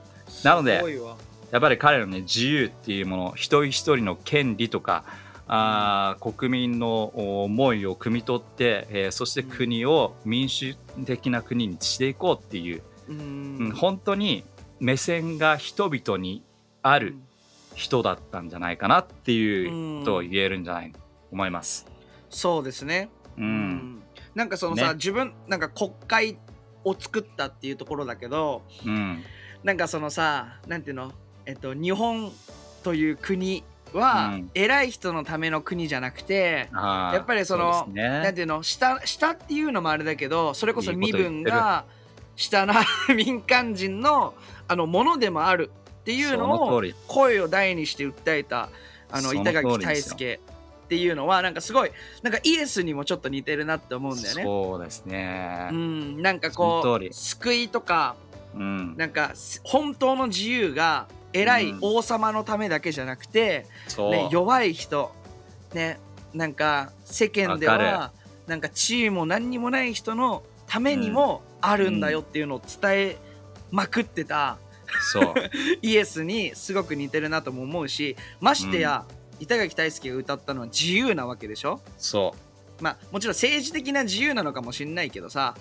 Speaker 1: なのです
Speaker 2: ごいわ
Speaker 1: やっぱり彼のね自由っていうもの一人一人の権利とかあー国民の思いを汲み取って、えーそして国を民主的な国にしていこうっていう、
Speaker 2: う
Speaker 1: うん、
Speaker 2: ん
Speaker 1: 本当に目線が人々にある人だったんじゃないかなっていうことを言えるんじゃないかと思います。
Speaker 2: そうですね
Speaker 1: う、
Speaker 2: うんなんかそのさ、
Speaker 1: ね
Speaker 2: 自分なんか国会を作ったっていうところだけど
Speaker 1: うん、
Speaker 2: なんかそのさなんていうのえっと日本という国は、
Speaker 1: うん
Speaker 2: 偉い人のための国じゃなくて、
Speaker 1: あー
Speaker 2: やっぱりその
Speaker 1: う
Speaker 2: なん
Speaker 1: で
Speaker 2: ていうの下下っていうのもあれだけどそれこそ
Speaker 1: いいこと
Speaker 2: 身
Speaker 1: 言ってる
Speaker 2: 分が下な民間人のあのものでもあるっていう
Speaker 1: そ
Speaker 2: の
Speaker 1: の
Speaker 2: を
Speaker 1: 通り
Speaker 2: 声を大にして訴えたあの
Speaker 1: その
Speaker 2: 板
Speaker 1: 通
Speaker 2: 垣
Speaker 1: りで
Speaker 2: 大
Speaker 1: すよ
Speaker 2: 輔っていうのはなんかすごいなんかイエスにもちょっと似てるなって思うんだよね。
Speaker 1: そうですね
Speaker 2: う。ん、なんか
Speaker 1: その
Speaker 2: こ
Speaker 1: 通り
Speaker 2: う救いとか
Speaker 1: うん。
Speaker 2: なんかす本当の自由が偉い
Speaker 1: うん
Speaker 2: 王様のためだけじゃなくて、
Speaker 1: そう。
Speaker 2: ね、弱い人、ね、なんか世間で
Speaker 1: わ
Speaker 2: はなんか地位も何にもない人のためにもあるんだよっていうのを伝えまくってた
Speaker 1: そう。
Speaker 2: イエスにすごく似てるなとも思うしましてや板垣大輔が歌ったのは自由なわけでしょ
Speaker 1: そ
Speaker 2: まあもちろん政治的な自由なのかもしれないけどさ、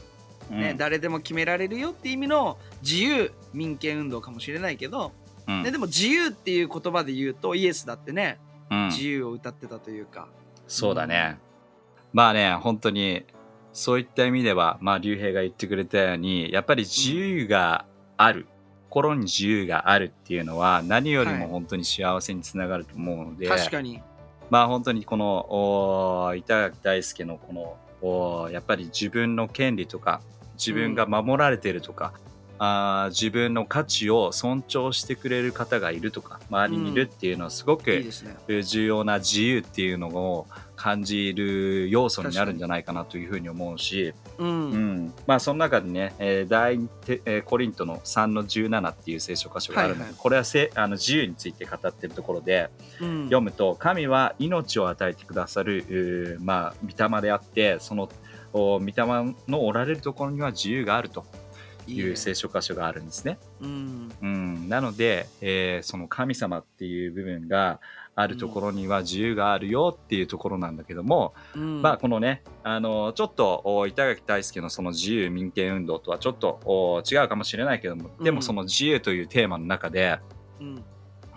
Speaker 1: う。
Speaker 2: ね
Speaker 1: うん
Speaker 2: 誰でも決められるよって意味の自由民権運動かもしれないけど、
Speaker 1: うん
Speaker 2: ね、でも自由っていう言葉で言うとイエスだってね
Speaker 1: うん
Speaker 2: 自由を歌ってたというか。
Speaker 1: そうだね。まあね、本当に、そういった意味では、まあ、竜兵が言ってくれたように、やっぱり自由がある、心に自由があるっていうのは、何より
Speaker 2: は
Speaker 1: も
Speaker 2: い
Speaker 1: 本当に幸せにつながると思うので、
Speaker 2: 確かに、
Speaker 1: まあ本当にこの、おー板垣大輔のこの、おーやっぱり自分の権利とか、自分が守られてるとか、あー自分の価値を尊重してくれる方がいるとか、周りにいるっていうのはすごく、
Speaker 2: いいですね。
Speaker 1: 重要な自由っていうのを感じる要素になるんじゃないかなというふうに思うし、
Speaker 2: うん、
Speaker 1: うんまあ、その中でね、えー第二テえーコリントの3の17っていう聖書箇所があるんだけど、
Speaker 2: はいは
Speaker 1: これはせあの自由について語ってるところで
Speaker 2: うん
Speaker 1: 読むと神は命を与えてくださる、うーまあ、御霊であってそのお御霊のおられるところには自由があると
Speaker 2: い
Speaker 1: い
Speaker 2: ね
Speaker 1: う聖書箇所があるんですね。
Speaker 2: うん
Speaker 1: うん、なので、えーその神様っていう部分があるところには自由があるよっていうところなんだけども、
Speaker 2: うん、
Speaker 1: まあこのねあのちょっとお板垣大輔のその自由民権運動とはちょっとお違うかもしれないけどもで
Speaker 2: う
Speaker 1: も
Speaker 2: ん
Speaker 1: その自由というテーマの中で、
Speaker 2: うん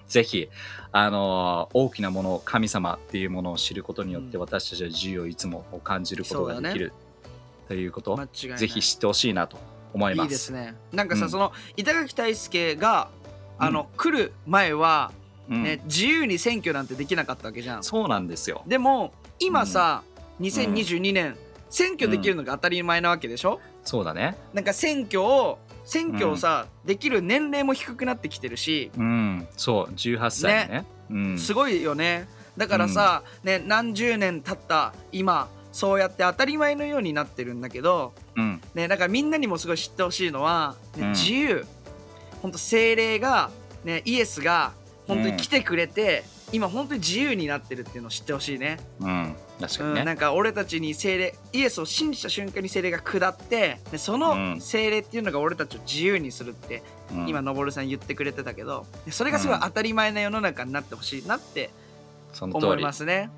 Speaker 1: ぜひあの大きなもの神様っていうものを知ることによって
Speaker 2: うん
Speaker 1: 私たちは自由をいつも感じることができる、ということ、
Speaker 2: 間違いない
Speaker 1: ぜひ知ってほしいなと思います。
Speaker 2: いいですねなんかさ、
Speaker 1: うん
Speaker 2: その板垣大輔があの、来る前は、
Speaker 1: うん
Speaker 2: ね、自由に選挙なんてできなかったわけじゃん
Speaker 1: そうなんですよ。
Speaker 2: でも今さ、2022年、選挙できるのが当たり前なわけでしょ、
Speaker 1: そうだね。
Speaker 2: なんか選挙を選挙をさ、できる年齢も低くなってきてるし
Speaker 1: うん、そう、18歳ね。うん、
Speaker 2: すごいよねだからさ、ね、何十年経った今そうやって当たり前のようになってるんだけど
Speaker 1: うん、
Speaker 2: ね、なんかみんなにもすごい知ってほしいのは、ね
Speaker 1: うん
Speaker 2: 自由本当精霊が、ね、イエスが本当に来てくれて、今本当に自由になってるっていうのを知ってほしいね
Speaker 1: うん、確か
Speaker 2: う
Speaker 1: に
Speaker 2: ん、
Speaker 1: ね。
Speaker 2: なんか俺たちに精霊イエスを信じた瞬間に精霊が下ってでそうの
Speaker 1: ん
Speaker 2: 精霊っていうのが俺たちを自由にするって、
Speaker 1: うん
Speaker 2: 今のぼるさん言ってくれてたけどでそれがすごい当たり前な世の中になってほしいなって
Speaker 1: その
Speaker 2: 思
Speaker 1: 通
Speaker 2: い
Speaker 1: り
Speaker 2: ま、すね。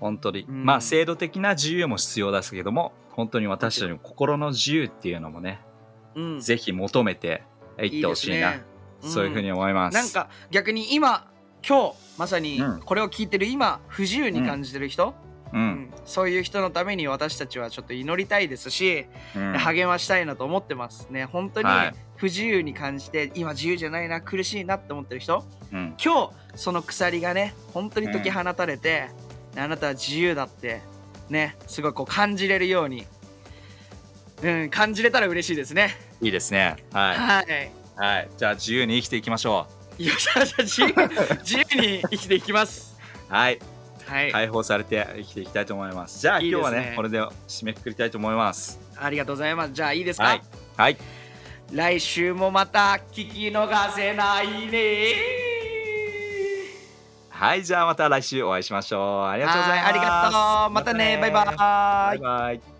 Speaker 1: 本当に、
Speaker 2: うん
Speaker 1: まあ、制度的な自由も必要ですけども、本当に私たちの心の自由っていうのもね、
Speaker 2: うん、
Speaker 1: ぜひ求めていってほしいな、
Speaker 2: いですね
Speaker 1: そういうふうに思います。
Speaker 2: なんか逆に今今日まさに
Speaker 1: うん
Speaker 2: これを聞いてる今不自由に感じてる人、
Speaker 1: う
Speaker 2: うん
Speaker 1: ん、
Speaker 2: そういう人のために私たちはちょっと祈りたいですし、
Speaker 1: うん、
Speaker 2: 励ましたいなと思ってますね本当に
Speaker 1: はい
Speaker 2: 不自由に感じて今自由じゃないな苦しいなって思ってる人
Speaker 1: うん、
Speaker 2: 今日その鎖がね本当に解き放たれて、あなたは自由だってねすごいこう感じれるように、うん、感じれたら嬉しいですね
Speaker 1: いいですね。は
Speaker 2: はい
Speaker 1: い、はい、じゃあ、自由に生きていきましょ
Speaker 2: よっしゃじゃあ自 由自由に生きていきます
Speaker 1: う。はい、
Speaker 2: はい、
Speaker 1: 解放されて生きていきたいと思います。じゃあ、
Speaker 2: いいで
Speaker 1: 今
Speaker 2: す
Speaker 1: 日
Speaker 2: ね
Speaker 1: はね、これで締めくくりたいと思います。
Speaker 2: ありがとうございますじゃあいいですか、
Speaker 1: はい、はい、
Speaker 2: 来週もまた聞き逃せないね
Speaker 1: はい、じゃあ、また来週お会いしましょう。ありがとうございます。
Speaker 2: はいありがとうまたねバイバイ
Speaker 1: バイバイ。